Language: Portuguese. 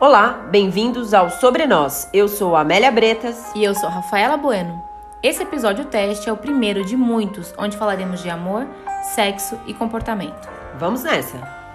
Olá, bem-vindos ao Sobre Nós. Eu sou Amélia Bretas. E eu sou Rafaela Bueno. Esse episódio teste é o primeiro de muitos, onde falaremos de amor, sexo e comportamento. Vamos nessa!